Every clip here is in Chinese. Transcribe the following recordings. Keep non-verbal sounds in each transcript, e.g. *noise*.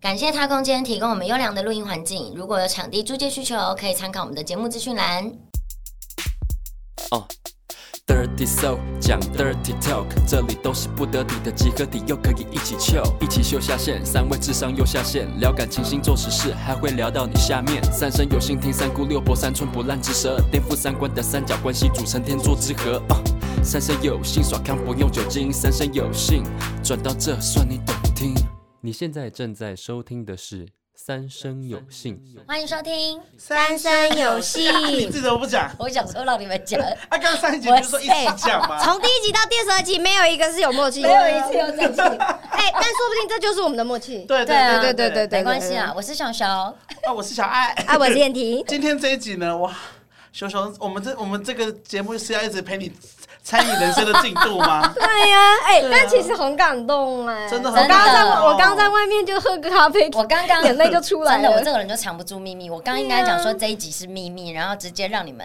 感谢他空间提供我们优良的录音环境。如果有场地租借需求，可以参考我们的节目资讯栏。 Dirty Soul 讲 Dirty Talk，这里都是不得体的集合体，又可以一起 chill，一起秀下限，三位智商又下线，聊感情、星座、时事，还会聊到你下面。三生有幸听三姑六婆，三寸不烂之舌，颠覆三观的三角关系组成天作之合。啊、三生有幸耍康不用酒精，三生有幸转到这算你懂听。你现在正在收听的是《三生有幸》。欢迎收听，三生有幸。你自己都不讲，我想说让你们讲，他刚刚上一集不是说一直讲吗？从第一集到第十二集，没有一个是有默契，没有一次。有整集，哎，但说不定这就是我们的默契。对对啊对对对没关系啊，我是小小，啊，我是小爱。啊，我是燕婷，？今天这一集呢，哇，熊熊，我们这我们这个节目是要一直陪你参与人生的进度吗对呀，哎，对啊但其实很感动哎，真的我很刚刚在真的我刚刚在外面就喝个咖啡，我刚刚眼泪就出来了真的，我这个人就藏不住秘密。我刚刚应该讲说这一集是秘密，然后直接让你们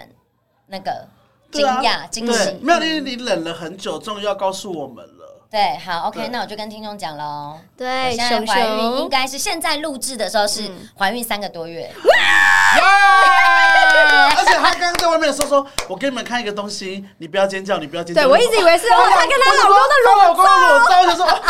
那个惊对啊讶、惊对喜。没有，因为你忍了很久，终于要告诉我们了。对，哎好，OK，对那我就跟听众讲喽。我对，现在熊怀孕应熊，该是现在录制的时候是怀孕三个多月，而且他刚刚在外面的时候说：“我给你们看一个东西，你不要尖叫，你不要尖叫。”对我一直以为是哦，她跟她老公的她老公的 *laughs* 裸照，我就说：“啊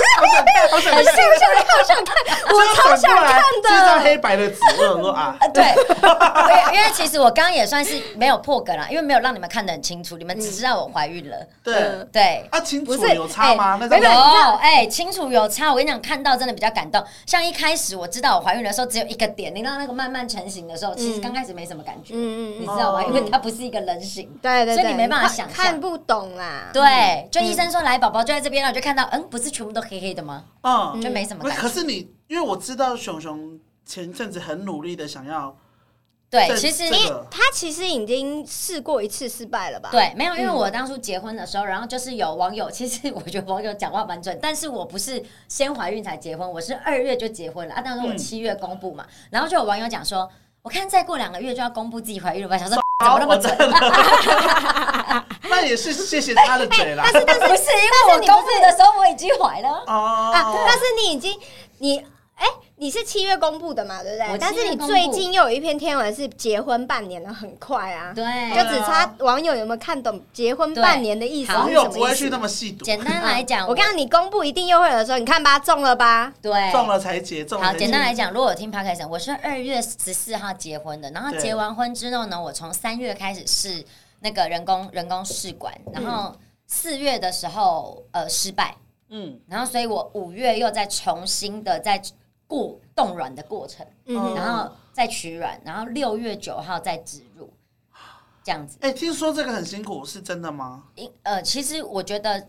好想看，好想看是不是好想看？我超想看这张的。黑白的纸，我想说啊，呃，对，对，因为其实我刚刚也算是没有破梗啦，因为没有让你们看得很清楚，你们只知道我怀孕了，对对。啊，清楚不是有差吗？那张有没有哎、清楚有差。我跟你讲，看到真的比较感动。像一开始我知道我怀孕的时候，只有一个点，你让那个慢慢成型的时候，其实刚开始没什么感觉，嗯你知道吗？哦嗯因为它不是一个人形，对对对，所以你没办法想象看看不懂啦。对。就医生说来，宝宝就在这边，然后我就看到，嗯，不是全部都黑黑的吗？嗯，就没什么不感是觉。可是你，因为我知道熊熊前阵子很努力的想要对，这其实这个他其实已经试过一次失败了吧？，对，没有，因为我当初结婚的时候，然后就是有网友，其实我觉得网友讲话蛮准，但是我不是先怀孕才结婚，我是二月就结婚了啊，当时我嗯七月公布嘛，然后就有网友讲说，我看再过两个月就要公布自己怀孕了吧，想说 *laughs* 怎么那么准？那也是谢谢他的 *laughs* 嘴啦。但是不是因为我公布的时候我已经怀了。哎啊，但哦，是你已经你哎、你是七月公布的嘛，对不我对？但七月是你公布最近又有一篇天文是结婚半年了，很快啊， *laughs* 对，就只差网友有没有看懂结婚半年的意哎思是什么网意思？友不会去那么细读，简单来讲，我刚刚你公布一定又会有人说，你看吧，中了吧？对中了才结，中了好，才简结单来讲，如果有听 p o d c a s t 我是二月十四号结婚的，然后对结完婚之后呢，我从三月开始是那个人工人工试管，然后四月的时候呃失败，嗯，然后所以我五月又再重新的再过冻卵的过程，嗯，然后再取卵，然后六月九号再植入，这样子。哎，听说这个很辛苦，是真的吗？因呃，其实我觉得。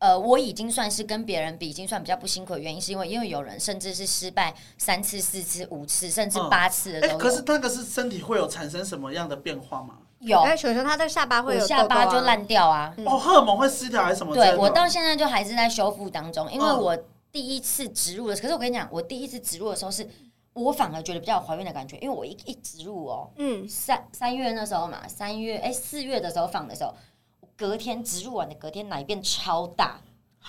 呃，我已经算是跟别人比，已经算比较不辛苦的原因，是因为因为有人甚至是失败三次、四次、五次，甚至嗯八次的都哎，有。可是那个是身体会有产生什么样的变化吗？有哎，熊熊他的下巴会我有下巴痘痘就啊，烂掉啊。哦，荷尔蒙会失调还是什么之类的对吗？我到现在就还是在修复当中，因为嗯我第一次植入的，可是我跟你讲，我第一次植入的时候是，我反而觉得比较有怀孕的感觉，因为我一一植入哦，嗯，三三月那时候嘛，三月哎四月的时候放的时候，隔天植入完的隔天奶变超大，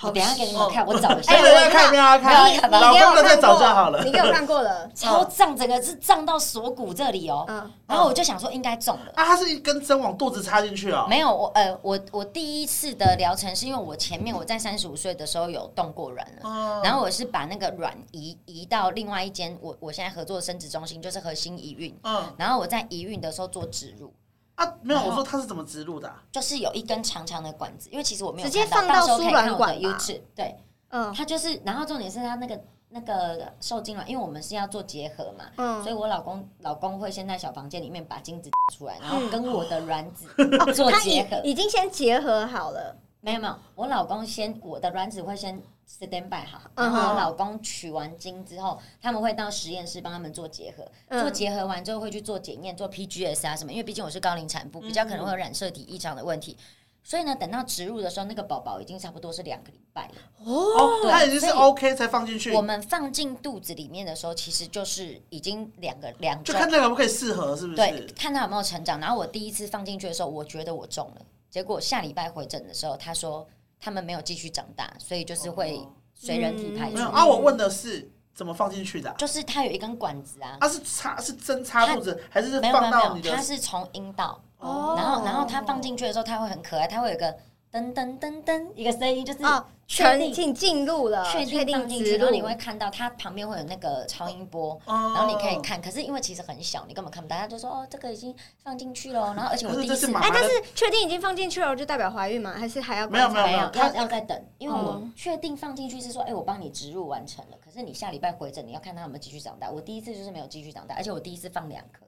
我等一下给你们看，我 *laughs* 找一下哎，，我要看不要没看有，，你老给我公的看再找过就好了你。给我看过了 *laughs* 超胀，整个是胀到锁骨这里哦，嗯，然后我就想说应该中了。啊，他是一根针往肚子插进去哦。没有，我呃，我我第一次的疗程是因为我前面我在三十五岁的时候有动过卵了，嗯然后我是把那个卵移移到另外一间我我现在合作的生殖中心，就是核心移孕，嗯然后我在移孕的时候做植入，啊，没有，然后我说他是怎么植入的啊？就是有一根长长的管子，因为其实我没有直接看放到到时候可以输卵看我的管吧 YouTube，对，嗯它就是，然后重点是它那个那个受精卵，因为我们是要做结合嘛。嗯，所以，我老公老公会先在小房间里面把精子出 *gasps* 来，然后跟我的卵 *laughs* 子做他结合。已已经先结合好了，没有没有，我老公先我的卵子会先 stand by 好，然嗯哼后我老公取完精之后，他们会到实验室帮他们做结合，嗯做结合完之后会去做检验，做 PGS 啊什么，因为毕竟我是高龄产嗯妇，比较可能会有染色体异常的问题。所以呢，等到植入的时候，那个宝宝已经差不多是两个礼拜了。哦，对他已经所是以 OK 才放进去我，们放进肚子里面的时候，其实就是已经两个两就周，看那个可不可以适合，是不对，是？看他有没有成长。然后我第一次放进去的时候，我觉得我中了，结果下礼拜回诊的时候，他说他们没有继续长大，所以就是会哦嗯随人体排没出。啊有啊，我问的是怎么放进去的啊？就是它有一根管子啊，啊，是插是针插肚子，还是是没有没有放到没你有，的它？是从阴道，哦然后然后它放进去的时候，它会很可爱，它会有一个噔噔噔噔一个声音，就是哦，确全定请进入了，呃确确定放定进去，植然后入你。会看到它旁边会有那个超音波，哦然后你可以看。可是因为其实很小，你根本看不到。他就说哦，这个已经放进去了。然后而且我哦可第是一这是次妈哎，妈但的是 *laughs* 确定已经放进去了，就代表怀孕吗？还是还要没有观没察有哦没没有有，要它要再等，因为我嗯确定放进去是说，哎，我帮你植入完成了。可是你下礼拜回诊，你要看它有没有继续长大。我第一次就是没有继续长大，而且我第一次放两颗，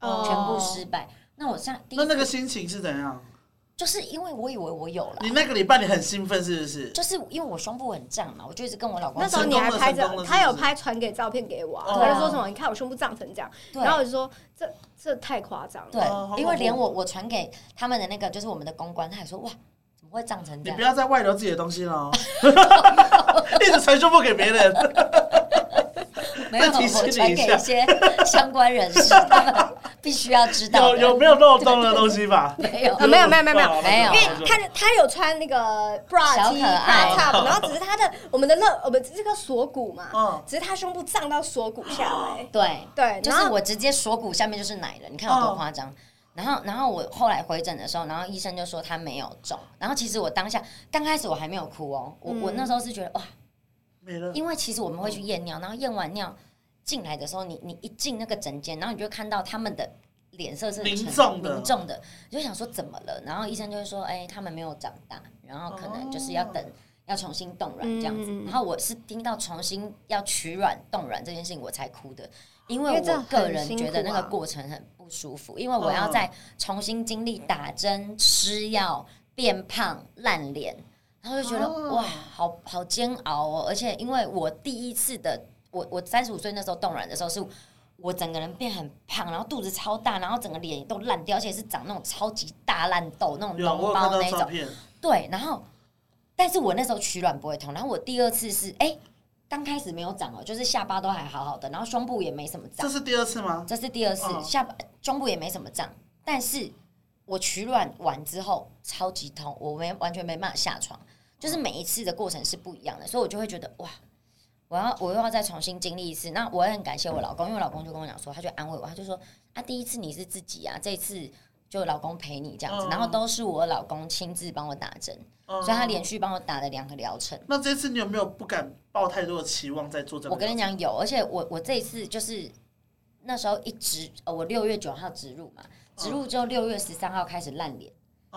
哦全部失败。那我像第一那那个次心情是怎样？就是因为我以为我有了。你那个礼拜你很兴奋是不是？就是因为我胸部很胀嘛，我就一直跟我老公那时候说你还拍着哦成功了，是不是他有拍传给照片给我啊，哦他就说什么你看我胸部胀成这样，对然后我就说这这太夸张了。对哦好，因为恐连怖我我传给他们的那个就是我们的公关，他也说哇，怎么会胀成这你样不？要再外流自己的东西了，哦 *laughs* 一直传胸部给别人。没有， *laughs* 再提醒我你传一给下一些相关人士， *laughs* 他们必须要知道有的。有没有漏洞的东西吧？呃啊没有啊，没有没有没有没有没有因为看着他有穿那个 bra 小 T 可爱 bra top，然后只是他的我们的肋我们这个锁骨嘛，嗯只是他胸部胀到锁骨 *gasps* 下来，对对就然是后哦我直接锁骨下面就是奶了，你看有多夸张。然后，然后我后来回诊的时候，然后医生就说他没有肿。然后其实我当下刚开始我还没有哭哦，我、我嗯那时候是觉得哇，没了。因为其实我们会去验尿，然后验完尿进来的时候，你你一进那个诊间，然后你就会看到他们的脸色是凝沉重的凝重的，你就想说怎么了？然后医生就会说，哎、他们没有长大，然后可能就是要哦等。要重新冻卵这样子，嗯然后我是听到重新要取卵冻卵这件事情我才哭的，因为因为这我个很人辛觉得苦那个啊过程很不舒服，因为我嗯要再重新经历打针、吃药、变胖、烂脸，然后就觉得、哦哇，好好煎熬哦！而且因为我第一次的，我我三十五岁那时候冻卵的时候是。我整个人变很胖，然后肚子超大，然后整个脸都烂掉，而且是长那种超级大烂痘，那种有我脓有看包到那照种。片，对，然后，但是我那时候取卵不会痛，然后我第二次是，哎、刚开始没有长哦，就是下巴都还好好的，然后胸部也没什么长这。是第二次吗？这是第二次，嗯下巴胸部也没什么胀，但是我取卵完之后超级痛，我没完全没办法下床，就是每一次的过程是不一样的，所以我就会觉得哇，我要 *laughs* 我又要再重新经历一次。那我也很感谢我老公，因为我老公就跟我讲说，他就安慰我，他就说啊，第一次你是自己啊，这一次。就老公陪你这样子，嗯然后都是我老公亲自帮我打针，嗯所以他连续帮我打了两个疗程。那这次你有没有不敢抱太多的期望在做这个？我跟你，讲有，而且我我这一次就是那时候一植，呃，我六月九号植入嘛，植入之后六月十三号开始烂脸，嗯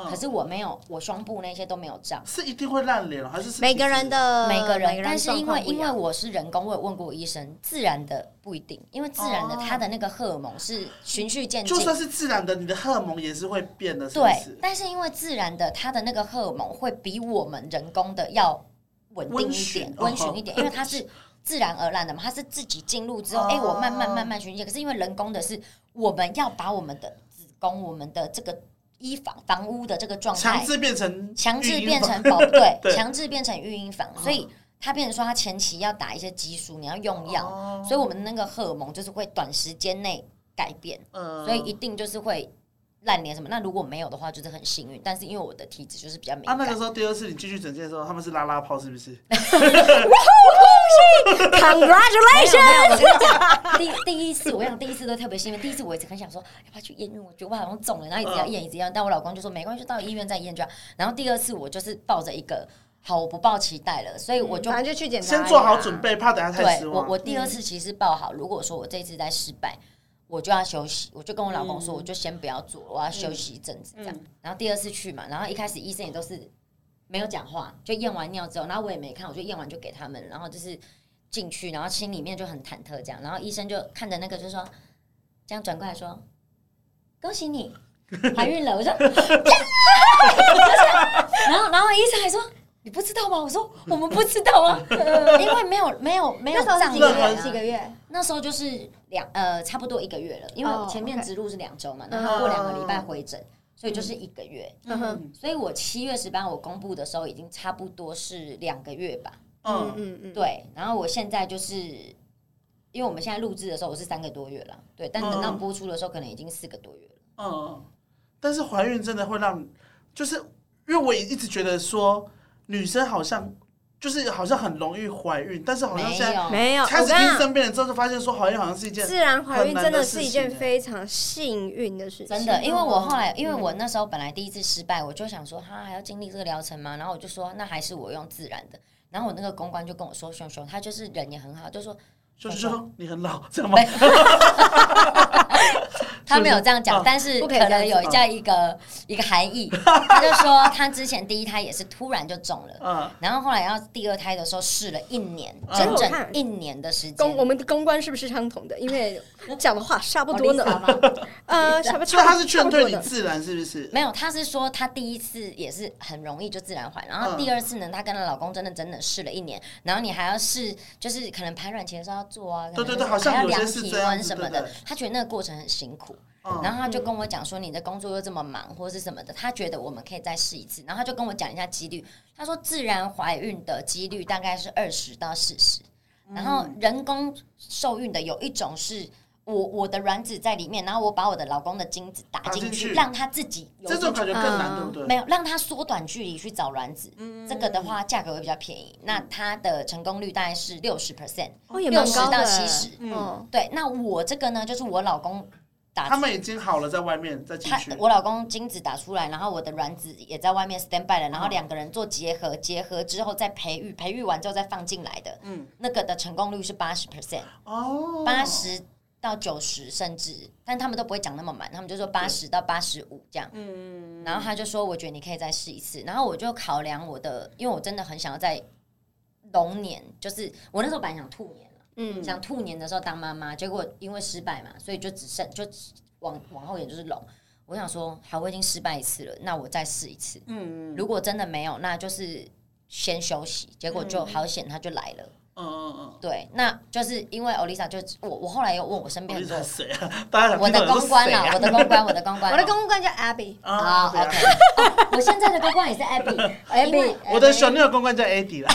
可是我没有，我胸部那些都没有胀。是一定会烂脸了，哦还是是每个人的每个人，呃每但是状因况为不一因为样我是人工，我有问过医生，自然的不一定，因为自然的哦它的那个荷尔蒙是循序渐进就，算是自然的，你的荷尔蒙也是会变的，是不对是，？但是因为自然的它的那个荷尔蒙会比我们人工的要稳定一点、温温驯驯一点，因为它是自然而然的嘛，它是自己进入之后，哦哎、我慢慢慢慢循序。可是因为人工的是，我们要把我们的子宫、我们的这个衣房房屋的这个状强态，制变成强制孕婴变房成宝对，对强制变成育婴房，所以它变成说它前期要打一些激素，你要用药，哦所以我们那个荷尔蒙就是会短时间内改变。呃所以一定就是会烂脸什么。那如果没有的话，就是很幸运。但是因为我的体质就是比较敏啊，感，那个时候第二次你继续整件的时候，他们是拉拉炮是不是？没有 *laughs* Congratulations！没有，我跟你讲，第第一次我想第一次都特别幸运。第一次我一直很想说哎要不要去验孕，我觉得我好像中了，然后一直要验一直要验，但我老公就说没关系，到医院再验就好。然后第二次我就是抱着一个好我不抱期待了，所以我就。反正就去检查，先做好准。备，怕等下太对失我，望。嗯我第二次其实报好。如果说我这一次再失败，我就要休息。我就跟我老公说，我嗯就先不要做，我要休息一阵子这样。然后第二次去嘛，然后一开始医生也都是没有讲话，就验完尿之后，然后我也没看，我就验完就给他们，然后就是进去，然后心里面就很忐忑这样。然后医生就看着那个就说，这样转过来说，恭喜你怀孕了。我说，呀 *laughs* 然后然后医生还说。你不知道吗？我说我们不知道啊，因为没有没有没有那时候胀是几脸个任月？何啊几个月？那时候就是两呃，差不多一个月了，因为哦前面 OK 哦植入是两周嘛，然后过两个礼拜回诊，所以就是一个月。嗯哼，所以我七月十八我公布的时候，已经差不多是两个月吧。嗯嗯，嗯嗯，对，然后我现在就是，因为我们现在录制的时候我是三个多月了，对，但等到嗯播出的时候可能已经四个多月了。嗯，但是怀孕真的会让，就是因为我一直觉得说，女生好像就是好像很容易怀孕，但是哦好像没现在有没有，我开跟始你听讲，身边人之后，就发现说好像好像是一件自然怀很孕难真的的是事一件情欸非常幸运的事情，真的，因为哦我后来，嗯因为嗯我那时候本来第一次失败，我就想说，哈，还要经历这个疗程吗？然后我就说，那还是我用自然的。然后我那个公关就跟我说，熊熊他就是人也很好，就说就是没说你很老，这样吗？他没有这样是讲，不是但是哦不可以可这能样哦有子这样一个一个含 *laughs* 义。他就说他之前第一胎也是突然就中了，嗯，然后后来要第二胎的时候试了一年，嗯整哦我整看一年的时间公。我们的公关是不是相同的？*laughs* 因为讲的话差不哦多 Lisa 呢。吗 *laughs* 呃，差不所以他是劝退你的。自然，是不是？没有，她是说她第一次也是很容易就自然怀，然后嗯第二次呢，她跟她老公真的整整试了一年，然后你还要试，就是可能排卵前是要做啊，可能对对对好像还要有些量是体这样温子什么对的对对，她觉得那个过程很辛苦，嗯然后她就跟我讲说你的工作又这么忙或是什么的，她觉得我们可以再试一次，然后她就跟我讲一下几率，她说自然怀孕的几率大概是二十到四十，然后人工受孕的有一种是。我我的卵子在里面，然后我把我的老公的精子打打进进去，去让他自己有这种感觉更难，嗯对不对？没有让他缩短距离去找卵子，嗯这个的话价格会比较便宜。那它的成功率大概是六十 percent，哦，也六蛮十高到的，七十。嗯嗯，对，那我这个呢，就是我老公打他们已经好了，在外面再进他去，我老公精子打出来，然后我的卵子也在外面 stand by 了，然后嗯两个人做结合，结合之后再培育，培育完之后再放进来的，嗯，那个的成功率是八十 percent，哦，八十到九十甚至，但他们都不会讲那么满，他们就说八十到八十五这样。嗯，然后他就说，我觉得你可以再试一次。然后我就考量我的，因为我真的很想要在龙年，就是我那时候本来想兔年了，嗯，想兔年的时候当妈妈，结果因为失败嘛，所以就只剩就往往后也就是龙。我想说，好，我已经失败一次了，那我再试一次。嗯，嗯如果真的没有，那就是先休息。结果就好险，他就来了。嗯嗯对，那就是因为 Olisa 就我我后来有问我身嗯，边你很多是谁啊？大家 *laughs* 想我的听到公关是谁啦，啊我的公关，我的 *laughs* 公关，我的公关叫 Abby， *laughs* 啊啊对啊 *laughs* ，OK，哦我现在的公关也是 Abby， Abby，因为我的小妞的公关叫 Adi 啦，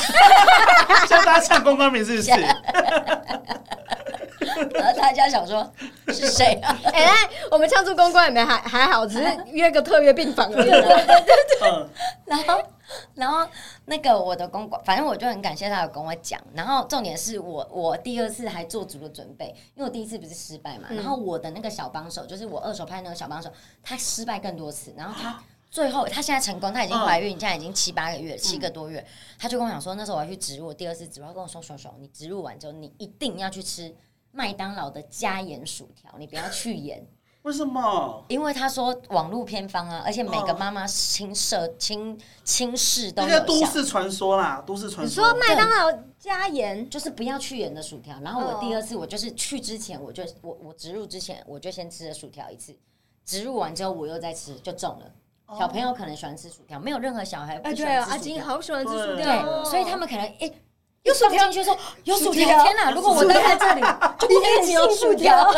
*laughs* 像大家唱公关名是不是？然呃后大家想说是谁啊？哎，来我们唱出公关也没还还好，只是约个特约病房 *laughs* 而已啊啦。嗯，然后，然后那个我的公关，反正我就很感谢他有跟我讲。然后重点是我，我第二次还做足了准备，因为我第一次不是失败嘛。然后我的那个小帮手，就是我二手拍那个小帮手，他失败更多次，然后他。最后，他现在成功，他已经怀孕，现在已经七八个月，七个多月。他就跟我讲说，那时候我要去植入，第二次植入，他跟我说：“熊熊，你植入完之后，你一定要去吃麦当劳的加盐薯条，你不要去盐。”为什么？因为他说网络偏方啊，而且每个哦妈妈亲社亲亲事都那有个都效，市传说啦，都市传你说说。麦当劳加盐，就是不要去盐的薯条。然后我哦第二次我就是去之前，我就我我植入之前我就先吃了薯条一次，植入完之后我又再吃就中了。哦小朋友可能喜欢吃薯条，没有任何小孩不哎，喜对欢啊，吃阿薯金条。好喜欢吃薯对条哦，所以他们可能哎。又有薯放条进去说有薯薯条条，天哪！如果我待在这里，*laughs* 就不会一直有薯条。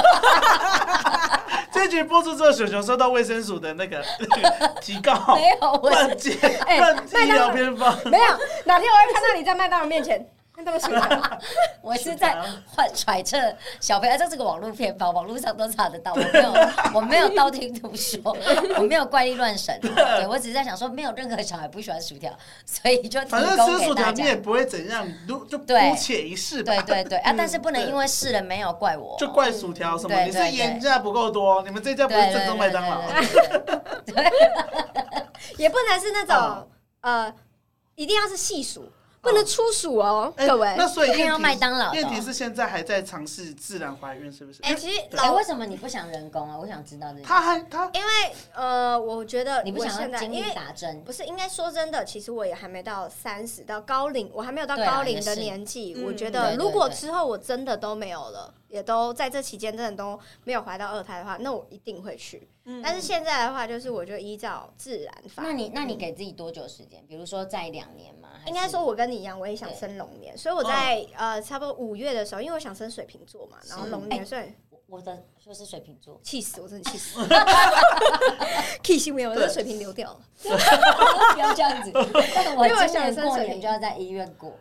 这局播出之后，熊熊收到卫生署的那个 *laughs* 提 *laughs* 告，没有我乱接哎乱接医麦当劳疗偏方。没有，哪天我会看到你在麦当劳面前，看他们薯条，我是在幻揣测小朋友，哎这是个网络偏方，网络上都查得到。我没有， *laughs* 我没有道听途说，我没有怪力乱 *laughs* 神。啊对我只是在想说，没有任何小孩不喜欢薯条，所以就提反正供吃给薯条大你家。也不会怎样，你就就姑对且一试吧对。对对啊！但是不能嗯对因为试了没有怪我，就怪薯条什么？对你是对对盐价不够多，你们这家不对对是正对宗麦当劳。啊 *laughs* 对对对对也不能是那哦种呃，一定要是细数，不能粗数哦，哎各位。哎那所以一定燕要婷麦当劳的燕哦婷是现在还在尝试自然怀孕，是不是？哎，其实哎，老为什么你不想人工啊？我想知道这个。她还她哎因为呃，我觉得你不我想现要在经因历为打针？不是应该说真的，其实我也还没到三十到高龄，我还没有到对啊高龄也的是年纪。嗯我觉对得对如果对之后我真的都没有了，也都在这期间真的都没有怀到二胎的话，那我一定会去。但是现在的话，就是我就依照自然嗯法。嗯那你那你给自己多久时间？比如说在两年吗？还是应该说，我跟你一样，我也想生龙年，所以我在、哦呃差不多五月的时候，因为我想生水瓶座嘛，然后龙哎年，所以我我的就是水瓶座，气死我，真的 *laughs* 气死，气死我！我这水瓶流掉了。 *laughs* *laughs* 不要这样子。但我因为我今想年生过水年瓶就要在医院过。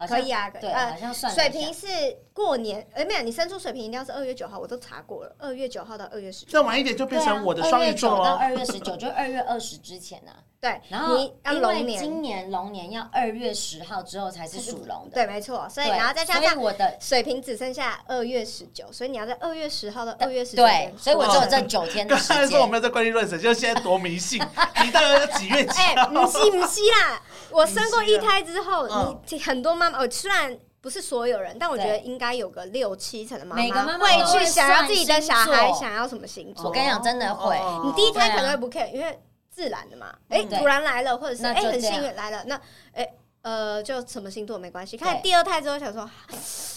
好像可以啊，可以。对，呃好像算了水一下平是过年，哎、没有，你生出水平一定要是二月九号，我都查过了，二月九号到二月十九。再晚一点就变成我的对啊双鱼座2月9到哦。二月十九，就二月二十之前 *laughs* 啊。对，然后你要因龙为年，今年龙年要二月十号之后才是属龙的，对，没错。所以对然后再加所以上我的水平只剩下二月十九，所以你要在二月十号到二月十九。对，所以我就有这哇。九天的 *laughs* 刚时才说我间。们要在关系论神，就现在多迷 *laughs* 信，你到底要几月几哎、 *laughs* 号？*laughs* 不是不是啦，我生过一胎之后，啊嗯你很多妈妈，我虽然不是所有人，但我觉对得应该有个六七成的妈每个妈妈会都去会想要算自己的星小孩座想要什么星座。我跟你讲，真的会。哦你第一胎对啊可能会不 care，因为自然的嘛。哎、嗯对突然来了，或者是那哎、就很这样幸运来了，那哎、呃就什么星座没关系。对开始第二胎之后想说，啊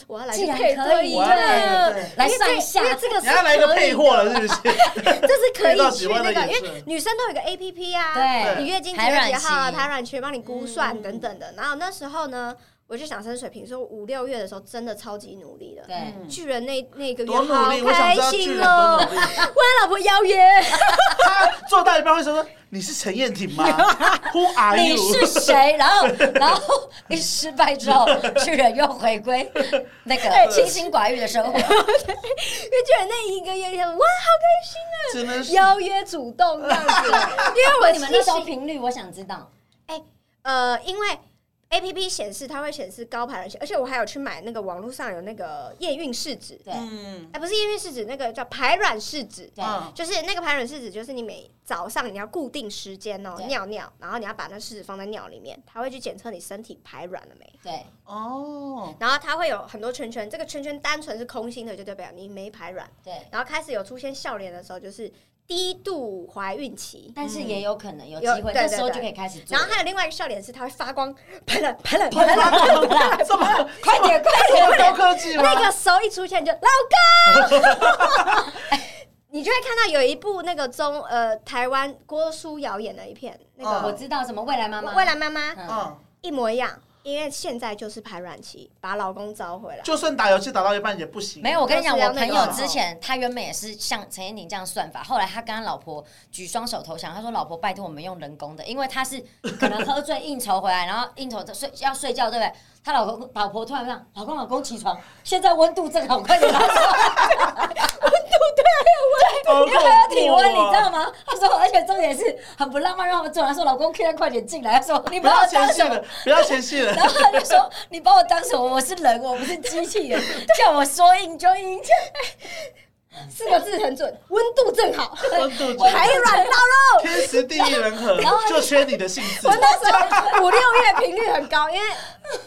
我要来既去然配可对以一我要下来，对来因为上这下因为这个你是要来一个可以配货了，是不是？这是可配到以喜去欢那的个，也因是为女生都有一个 A P P 啊，对你月经几排月卵几号啊，期排卵期帮你估算嗯等等的。然后那时候呢，我就想生水瓶，所以我五六月的时候真的超级努力的。对，巨人那那个月多努好力！我想开知道巨心人哦多！努力。我老婆邀约，他做到一半会说：“你是陈燕婷 *laughs* 吗？Who are 你哎 you？” 是谁？然后， *laughs* 然后你失败之 *laughs* 后，巨人又回归那个清心寡欲的生活。因为巨人那一个月，哇，好只能开心！ *laughs* 邀约主动这 *laughs* 样子，因为我你们那时候其实频率，我想知道。呃，因为 A P P 显示它会显示高排卵期，而且我还有去买那个网络上有那个验孕试纸，对嗯哎，不是验孕试纸，那个叫排卵试纸，对嗯就是那个排卵试纸，就是你每早上你要固定时间哦对尿尿，然后你要把那试纸放在尿里面，它会去检测你身体排卵了没，对，哦，然后它会有很多圈圈，这个圈圈单纯是空心的，就代表你没排卵，对，然后开始有出现笑脸的时候，就是低度怀孕期。但是也有可能有嗯有机会，对那对时候就对可以开始做然后了。还有另外一个笑脸是它会 *laughs* 发光，排卵排卵排快卵，了，快了，这么快点，快点！这么高科技吗？那个手一出现就老公， *laughs* 你就会看到有一部那个中呃台湾郭书瑶演的一片那我个知道什么未来哦妈妈，哦未来妈妈嗯嗯，一模一样，因为现在就是排卵期，把老公招回来。就算打游戏打到一半也不行。没有，我跟你讲，就我是要朋那个友之前他原本也是像陈燕婷这样算法，后来他跟他老婆举双手投降，他说：“老婆，拜托我们用人工的，因为他是可能喝醉应酬回来，然后应酬睡要睡觉，对不对？”他老公老婆突然让老公老公起床，现在温度正好，快点拿出来，好因为还有体温，恐怖你哦知道吗？他说，而且重点是很不浪漫，让他们做。他说：“老公，现在快点进来。”他说：“你不把我要当嫌弃什么了，不要嫌弃了。然后他就说：“你把我当什么？我是人，我不是机器人，叫我说硬就硬。四个字很准，温度正好，温度计排卵到肉。天时地利人和，就缺你的性子我。那时候五六月频率很高，因为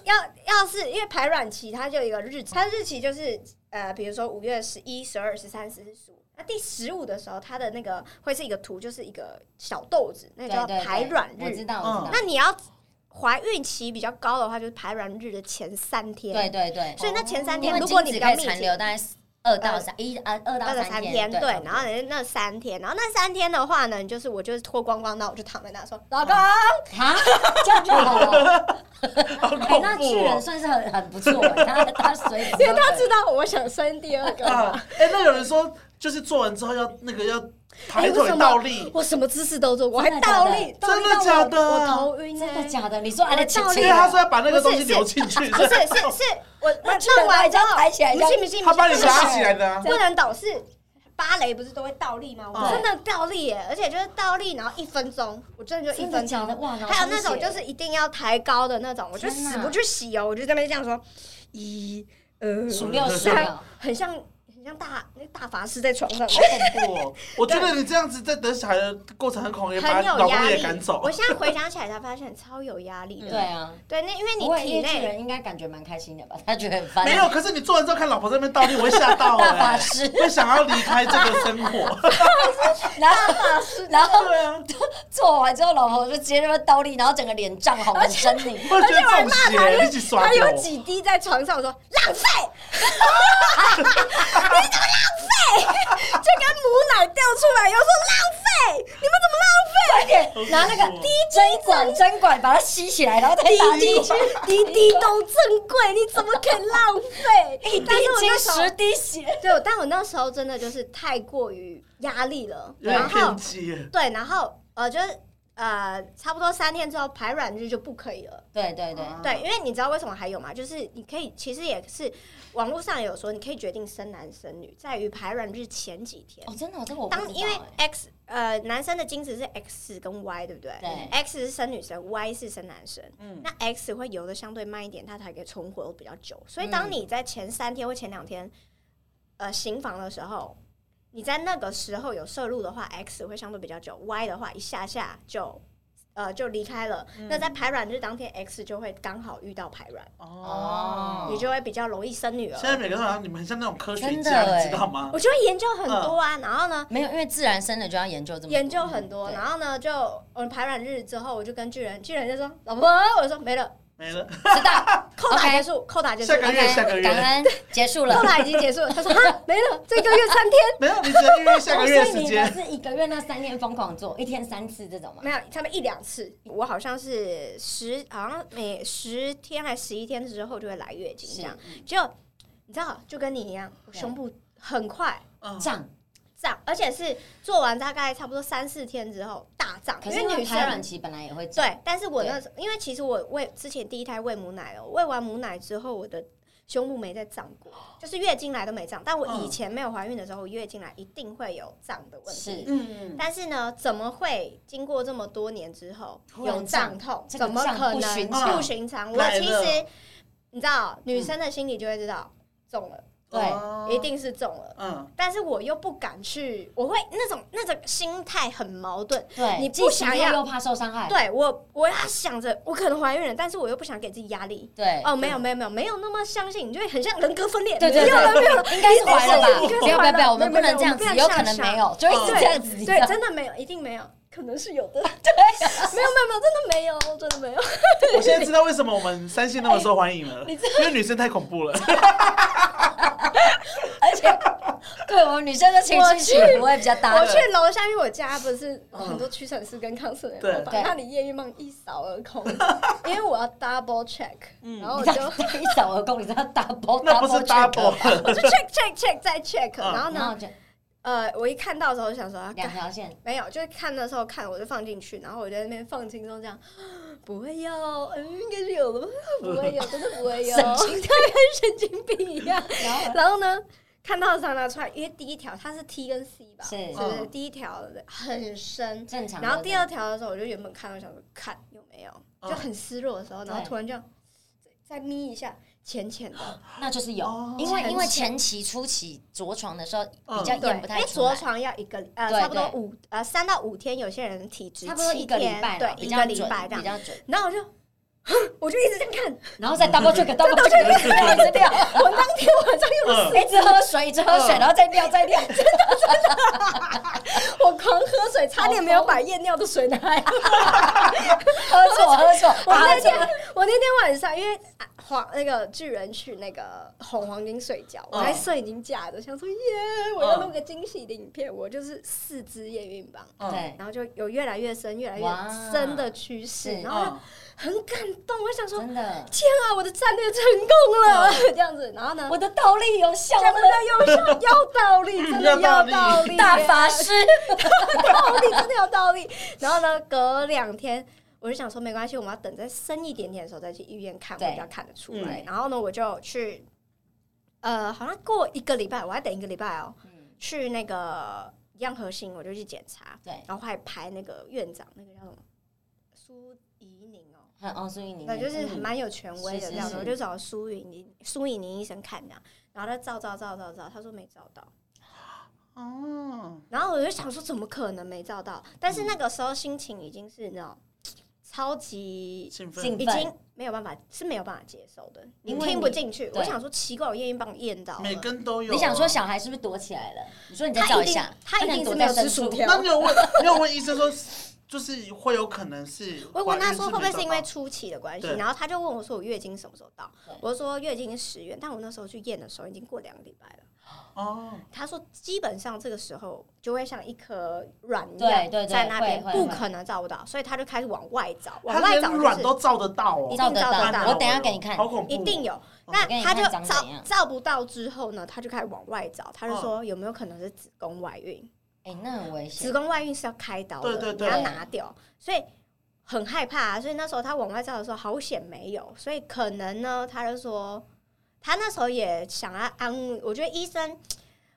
要要是因为排卵期它就有一个日期，它日期就是呃，比如说五月十一、十二、十三、十四、十五。那第十五的时候，它的那个会是一个图，就是一个小豆子，”那对个叫对对排卵日。嗯我知道，我知道。那你要怀孕期比较高的话，就是排卵日的前三天。对对对，所以那前三因天，为如果精子你比可较以密残集，留大概是二到三一呃二到到三天，天，对，然后那三天，然后那三天的话呢，你就是我就是脱光光，那我就躺 *laughs* 在那说，老 *laughs* 公，啊，这样就好了。好哎，恐那巨怖人哦！算是很很不错，欸他他随因时为都他可以知道我想生第二个嘛，啊，哎，那有人说，就是做完之后要那个要抬为腿什么倒立，我什么姿势都做过，我真还的假的倒立，倒立真到的我假的我头晕欸，真的假的？你说哎，那亲我亲因倒为立他说要把那个东西不是是啊流进去，不 *laughs* 是是是，我我人把弄完人之家后抬起来不这信样不信，他把你不信拉起来的啊。不能倒是芭蕾不是都会倒立吗？我对真的倒立耶，而且就是倒立，然后一分钟，我真的就一真的分钟。假的？哇，脑充血还有那种就是一定要抬高的那种，我就天哪死不去洗哦，我就在那边这样说，一呃，数六数三秒，很像很像大那大法师在床上，好恐怖哦！我觉得你这样子在等小孩的过程很恐怖，也把很有老压公也力赶。走我。现在回想起来才发现超有压力对的，啊，对，那因为不会你因体为巨内人应该感觉蛮开心的吧？他觉得很烦，没有，可是你做完之后看老婆在那边倒立，我会吓 *laughs* 到大法哎，师，会想要离开这个生活。然后然后对啊，做完之后，老婆就直接那边倒立，然后整个脸涨红，很狰狞。 *laughs* 我觉得中邪，你一起耍他掉有。几滴在床上，我说浪费，你怎么浪费？就跟母奶掉出来，又说浪费，你们怎么浪费？快点哦拿那个滴针管，针管把它吸起来，然后再打进去，滴滴都珍贵，你怎么可以浪费？一滴但是我精那时十候，滴血。对，但我那时候真的就是太过于压力了，有然点后偏激耶，对，然后呃，就是呃差不多三天之后排卵日就不可以了。对对对，啊对，因为你知道为什么还有吗？就是你可以，其实也是网络上有说，你可以决定生男生女，在于排卵日前几天。哦，真的哦，这个我不知当道因为哎 X 呃男生的精子是 X 跟 Y 对不对对？X 是生女生，Y 是生男生。嗯那 X 会游的相对慢一点，它才可以存活比较久。所以当嗯你在前三天或前两天，呃，行房的时候，你在那个时候有摄入的话，X 会相对比较久，Y 的话一下下就呃就离开了。嗯那在排卵日当天，X 就会刚好遇到排卵，哦你就会比较容易生女现在儿。每个人好像你们很像那种科学真的家，欸你知道吗？我就会研究很多啊，然后呢，没有，因为自然生的就要研究这哦么多嗯研究很多，对然后呢，就我们排卵日之后，我就跟巨人，巨人就说：“老婆，我说没了，没了，知道扣打结束，扣打结束下，个月哦 OK，下个月感恩结束了扣。打已经结束了。” *laughs* 他说：“哈，没了，这个月三天，没有，你只能预约 *laughs* 哦下个月的哦所以时你们间。是一个月那三天疯狂做，一天三次这种吗？没有，他们一两次，我好像是十，好像每十天还十一天之后就会来月经这样，就你知道，就跟你一样，我对胸部很快嗯胀，胀，而且是做完大概差不多三四天之后大胀，可因是为女女生排卵期本来也会胀，对，但是我那时候，因为其实我喂之前第一胎喂母奶哦，喂完母奶之后，我的胸部没再胀过，就是月经来都没胀。但我以嗯前没有怀孕的时候，我月经来一定会有胀的问题。是嗯，但是呢，怎么会经过这么多年之后突然有胀痛？这个怎么胀可不能寻常不寻常？我来其了实你知道，女生的心里就会知道中了，对，哦一，定是中了。嗯，但是我又不敢去，我会那种那种心态很矛盾。对，你不既期想待要又怕受伤害，对我，我要想着我可能怀孕了，但是我又不想给自己压力。对，哦，没有没有没有没有那么相信，你就会很像人格分裂。对对没有了没有了对，应该是怀了吧？应该是不要不怀要了不要，我们没不有没有能这样子我，们不能有可能没有，就一直对这样子，你知哦对，道啊真的没有，一定没有，可能 *laughs* 是有的。对，没有没有没有，真的没有，真的没有。 *laughs* 我现在知道为什么我们三星那么受欢迎 *laughs* 哎了，因为女生太恐怖了。而且对我们女生的情绪起伏会比较大我。去楼下，因为我家不是很多屈臣氏跟康斯美，对我把嗯对那里艳遇梦一扫而空， *laughs* 因为我要 double check，然后嗯我你就知道 *laughs* 一扫而空，你知道 double *laughs* 那不是 double， double，*laughs* *laughs* 我就 check check check 再 check，嗯 check，然后然后呢，就嗯呃，我一看到的时候就想说，啊两干条线，没有，就是看的时候看，我就放进去，然后我就在那边放轻松，这样 *laughs* 不会有，嗯，应该是有的吧， *laughs* 不会有，真的不会神有，就 *laughs* 跟神经病一样。然后 *laughs* 然后呢，看到它拿出来，因为第一条它是 T 跟 C 吧，是是不是？嗯第一条的很深，正常的。哦然后第二条的时候，我就原本看到想说看有没有，嗯就很失落的时候，然后对突然这样再眯一下，浅 *gasps* 浅的，那就是有，哦因为前因为期前期初期着床的时候比嗯较对，验不因太为出着来，床要一个呃，对差不多对五呃三到五天，有些人体质差不多七一个礼天拜啦，对，比一较个礼准拜这比样。较准，然后我就， *gasps* 我就一直这样看，然后再 double *laughs* check double check *laughs* 一直掉，我当天晚上用嗯了一直喝水一直喝水，嗯然后再尿再尿，我狂喝水，差点没有把夜尿的水拿来。喝错喝 *laughs* 错， *laughs* 我啊那喝错天我那天晚上，因为啊黄那个巨人去那个哄黄金睡觉，我嗯还睡已经假的，想说耶，我要录个惊喜的影片，我就是四支验孕棒。嗯，对，然后就有越来越深、越来哇越深的趋势是，然后嗯，就很感动。我想说，真的，天啊，我的战略成功了， *laughs* 这样子。然后呢，嗯我的倒立有效真的了，有效，有道理，真的 *laughs* 有有道道理理，大法师，道理真的有道理。然后呢，隔两天我就想说没关系，我们要等再深一点点的时候再去医院看，我对比较看得出来。嗯然后呢，我就去，呃，好像过一个礼拜，我还等一个礼拜哦，嗯去那个一样核心，我就去检查，对，然后还排那个院长，那个叫什么苏怡宁哦。很哦，所以你对，就是嗯蛮有权威的是这样是子，我就找苏雨宁苏雨宁医生看这样，然后他照照照照照，他说没照到，哦，然后我就想说怎么可能没照到？但嗯是那个时候心情已经是那种超级兴兴奋，已奋经没有办法是没有办法接受的，你因为听不进去。对我想说奇怪，我验孕棒验到每了，根都有啊。你想说小孩是不是躲起来了？你说你再他照一一定下，他一可能躲定是没有在吃深薯处条那你有问，你有问医生说，就是会有可能是？我问他说会不会是怀孕因为没找到初期的关系，对然后他就问我说我月经什么时候到对？我就说月经十月，但我那时候去验的时候已经过两个礼拜了。哦，他说基本上这个时候就会像一颗卵一对样对对在那边，会会不可能照不到，所以他就开始往外找，往他外连找就卵是都照得到哦一，照定得照到，得到我等一下给你看好，恐怖，一定有。我给那你他看就长照怎样照不到之后呢，他就开始往外找，他就说有没有可能是子宫外孕？哎、那很危子险。宫外孕是要开刀的，对对对你要拿掉，所以很害怕、啊。所以那时候他往外照的时候，好险没有。所以可能呢，他就说，他那时候也想要安慰。我觉得医生，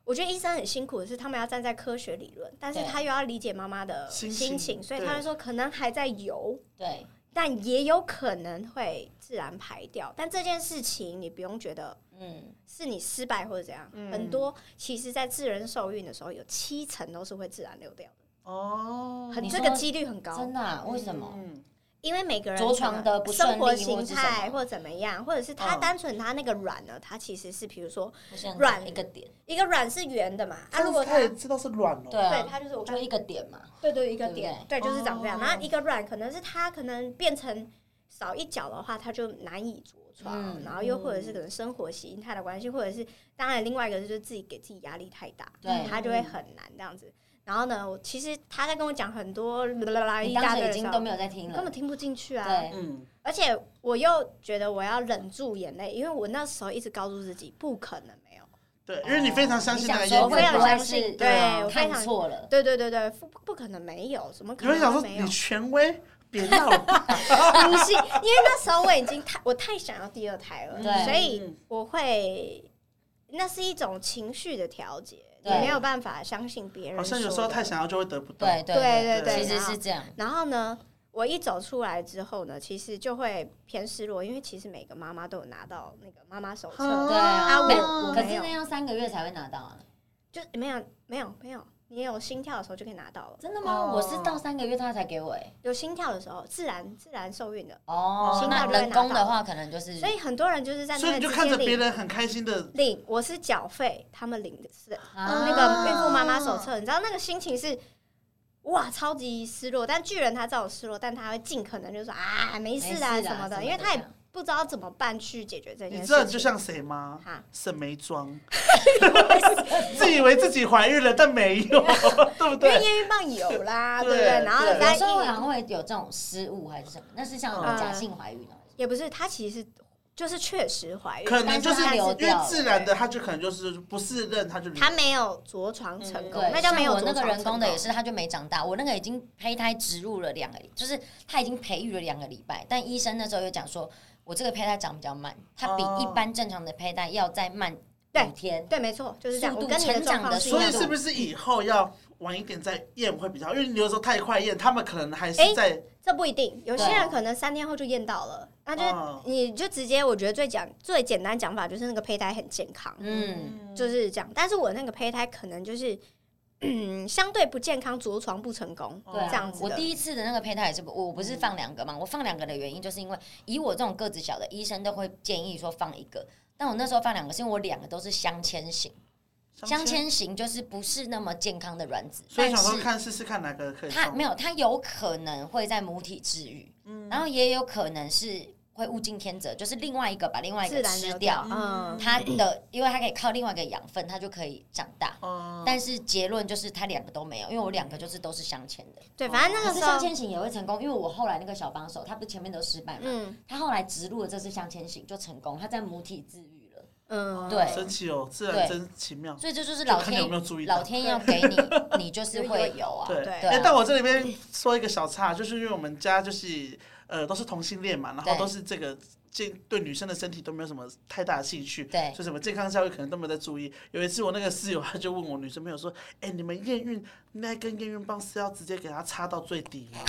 我觉得医生很辛苦的是，他们要站在科学理论，但是对他又要理解妈妈的心心情情，所以他就说可能还在游。对，但也有可能会自然排掉，但这件事情你不用觉得嗯，是你失败或者怎样，嗯很多其实，在自然受孕的时候，有七成都是会自然流掉的。哦，很你这说个几率很高真，的、啊？为什么？嗯因为每个人着床的不顺利生活或形者是什态么或怎么样，或者是他嗯单纯他那个卵呢，它其实是比如说就像软一个点，一个卵是圆的嘛，啊，但如是果它他也知道是卵哦了，对对啊，它就是我刚就一个点嘛。对对一个对不点，对就是长这样，哦然后一个卵可能是它可能变成少一角的话，它就难以着床，嗯然后又或者是可能生活形态的关系，或者是当然另外一个就是自己给自己压力太大，对它就会很难这样子。然后呢，我其实他在跟我讲很多啦啦啦你一当大时堆已的时经候都没有在听我了，根本听不进去啊，对，嗯，而且我又觉得我要忍住眼泪，因为我那时候一直告诉自己不可能没有。对，因为你非常相信那个哦你想说验会不证表，我非常会相信是对嗯我非看常错了？对对对对，不不可能没有，怎么可你会想能说会没有你？权威，别闹了吧，不是，因为那时候我已经太我太想要第二胎嗯了，对所以我会那是一种情绪的调节，你对没有办法相信别人。好像有时候太。想要就会得不到，对对对对其对实然后是这样，然后呢，我一走出来之后呢，其实就会偏失落，因为其实每个妈妈都有拿到那个妈妈手册，对啊，啊没我可没是有那要三个月才会拿到啊，就没有没有没有，你有心跳的时候就可以拿到了。真的吗？哦我是到三个月他才给我哎，有心跳的时候，自然自然受孕的。哦心那跳就会人拿工的到话可能就是所以很多人就是在嗯所以那你就个看着之别间领人很开心的，领，我是缴费，他们领的是啊那个孕妇妈妈手册，你知道那个心情是哇，超级失落。但巨人他知道我失落，但他会尽可能就说啊，没事啊没事啊什么什么的，的因为他这也样不知道怎么办去解决这件你事知道你情。就像谁吗？哈，沈眉庄，自以为自己怀孕了，但没有， *laughs* 对不因为对？验孕棒 *laughs* 有啦，对对不对？然后对有但时候好像会有这种失误还是什么，那是像嗯假性怀孕哦，也不是，他其实是就是确实怀孕，可能就但是是他因流为掉了自然的，他就可能就是不是认他就流他没有着床成功嗯对，，那叫没有像我那个着床人工的也成是，他就没长大。我那个已经胚胎植入了两个礼，就是他已经培育了两个礼拜，但医生那时候有讲说，我这个胚胎长比较慢，它比哦一般正常的胚胎要再慢对五天功。。对，没错，就是这样。速我度跟你的成状长况的是一速所样以度的是不是以后要晚一点再验会比较好？因为你有时候太快验，他们可能还是哎在、这不一定，有些对人可能三天后就验到了，那就哦是你就直接，我觉得最讲最简单讲法就是那个胚胎很健康，嗯，就是这样。但是我那个胚胎可能就是。嗯，相对不健康，着床不成功，对啊这样子的。我第一次的那个胚胎也是，我不是放两个嘛？我放两个的原因就是因为以我这种个子小的，医生都会建议说放一个。但我那时候放两个，是因为我两个都是镶嵌型，镶相亲，嵌型就是不是那么健康的卵子，所以但想说是看试试看哪个可以它送没。有，它有可能会在母体治愈，嗯然后也有可能是会物竞天择，就是另外一个把另外一自个然吃流掉掉，嗯，它的，因为它可以靠另外一个养分，它就可以长大。哦但是结论就是它两个都没有，因为我两个就是都是镶嵌的。对，反正那哦可个是时镶候，嵌型也会成功，因为我后来那个小帮手，他不是前面都失败嘛，嗯他后来植入了这次镶嵌型就成功，他在母体治愈了，嗯，对神奇哦，自然对真奇妙。所以这就是就老看你天有没有注意到老天要给 *laughs* 你，你就是会有啊。对，对哎、对啊但我这里边说一个小岔，就是因为我们家就是呃都是同性恋嘛，然后对都是这个健对女生的身体都没有什么太大的兴趣，对就什么健康教育可能都没有在注意。有一次我那个室友 *laughs* 他就问我女生朋友说：“哎、你们验孕那根验孕棒是要直接给它插到最底吗？”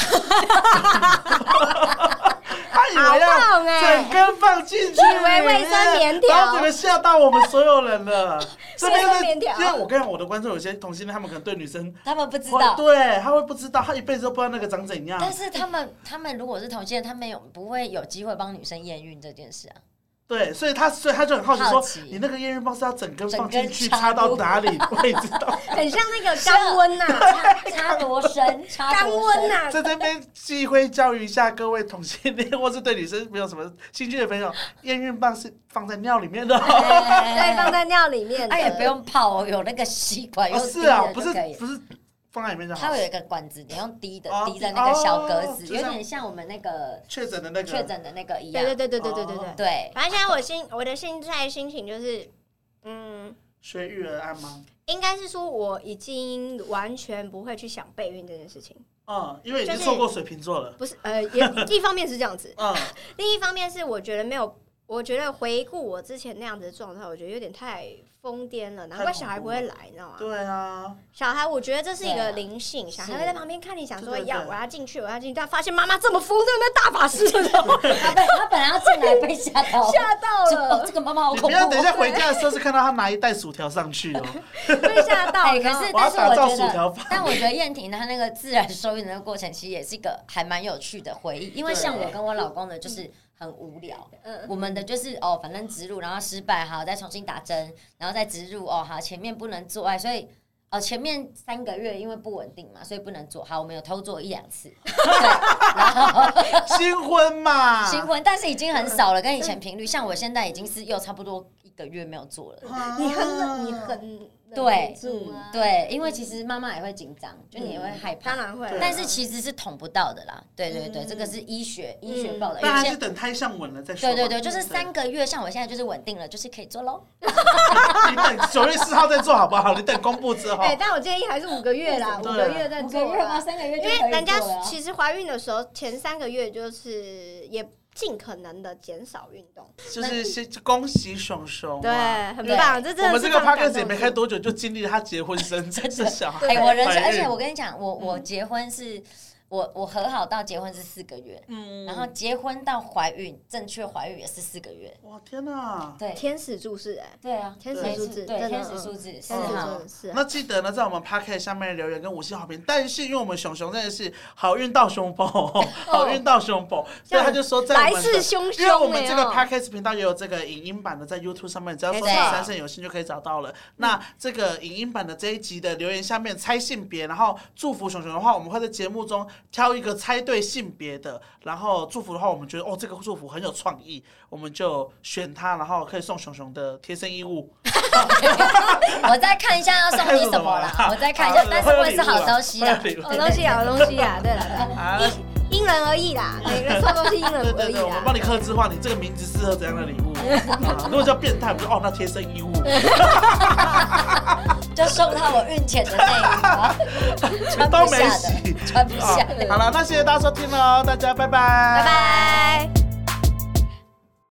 *laughs* 他以为要好棒哎整根放进去，以为卫生棉条然后整个吓到我们所有人了。这边 *laughs* 卫生是棉条因为我跟你讲，我的观众有些同性恋，他们可能对女生他们不知会道，对，他会不知道，他一辈子都不知道那个长怎样。但是他们他们如果是同性恋，他们有不会有机会帮女生验孕这件事啊？对，所以他所以他就很好奇说好奇，你那个验孕棒是要整根整放根进去插插到入哪里？ *laughs* 我也知道，很像 *laughs* 那啊个肛温呐，插插罗 *laughs* 生，插肛罗温生，啊呐，在这边机会教育一下各位同性恋或是对女生没有什么兴趣的朋友，验孕棒是放在尿里面的哦。对，放对，在尿里面的，哎哎也不用泡哦， *laughs* 有那个吸管，哦用是滴啊，的不就是可以了。不是放在里面就它好会。有一个管子，你用滴的哦滴在那个小格子，哦有点像我们那个确诊的那确个，诊的那个一样哦对，对对对对对对对对，反正现在我心我的现在心情就是，嗯，学育儿按吗？应该是说我已经完全不会去想备孕这件事情，嗯，因为已就经是错过水瓶座了。不是呃，也一方面是这样子，*laughs* *laughs* 嗯，另一方面是我觉得没有，我觉得回顾我之前那样子的状态，我觉得有点太疯癫了，难怪小孩不会来，你知道吗？对啊，小孩，我觉得这是一对啊个灵性，小孩会是在旁边看你，想说哎对对对要我要进去，我要进去，但发现妈妈这么疯，在那边大法师的时候他本他本来要进来被吓到， *laughs* 吓到这哦，了这，个妈妈好你恐不怖要哦。等一下回家的时候是看到他拿一袋薯条上 *laughs* 去哦。被 *laughs* 吓到。哎，你知可道是但我要吗是我打造觉薯条得饭，但我 *laughs* 觉得燕婷她那个自然受孕的那个过程，其实也是一个还蛮有趣的回忆。因为对像我跟我老公的，就是很无聊，嗯，我们的就是哦，反正植入，然后失败，好，再重新打针，然后再植入，哦，好，前面不能做爱，所以。哦，前面三个月因为不稳定嘛，所以不能做。好，我们有偷做一两次，新婚嘛，新婚，但是已经很少了，跟以前频率。像我现在已经是又差不多一个月没有做了。啊，你很冷，你很对嗯住啊，对，因为其实妈妈也会紧张，就你也会害怕当。然会对，但是其实是捅不到的啦。对对对，嗯这个是医学医学报的，但有还些是等胎上稳了再说对吧。对对，就是三个月，像我现在就是稳定了，就是可以做喽。对，你等九月四号再做好不好？你等公布之后 *laughs* 哎，，但我建议还是五个月啦，五对个月再五做个月吗？吧。三个月因就为人家实其实怀孕的时候前三个月就是也尽可能的减少运动，就是先恭喜熊熊啊。对，很对棒，这真的我们这是个非常 p 感 o d c a s 也动没的开多久，就经历了他结婚 *laughs* 生生小孩。哎，我人生，怀而孕且我跟你讲，我我结婚是，我我和好到结婚是四个月，嗯然后结婚到怀孕，正确怀孕也是四个月。哇天哪！对天使注视哎，对啊，天使没数错字真对的天使嗯数字是天使哈真。的是啊那记得呢，在我们 p o c k e t 下面留言跟五星好评。但是因为我们熊熊真的是好运到熊捧，好运到熊捧，所以他就说在哦来我们势的。汹汹因哎为哦，我们这个 podcast 频道也有这个影音版的，在 YouTube 上面，只要搜索没错嗯三生有幸就可以找到了。那这个影音版的这一集的留言下面猜性别，然后祝福熊熊的话，我们会在节目中挑一个猜对性别的，然后祝福的话，我们觉得哦这个祝福很有创意，我们就选它，然后可以送熊熊的贴身衣物。我再看一下要送你什么 *laughs* 啊啦，我再看一下，但是会是好消息啦。会有礼物好东西啊，好东西啊，对了对啦，啊， *laughs* 嗯因人而异啦，每个人收东西因对人而对异对，我们帮你啦。克制化，你这个名字适合怎样的礼 *laughs* 物？啊如果叫变态，我们就哦，那贴身衣物。就送到我孕前的那一 *laughs* 个，穿都不没下洗的，穿不下 *laughs* 啊的。好了，那谢谢大家收听喽，大家拜拜，拜拜。拜。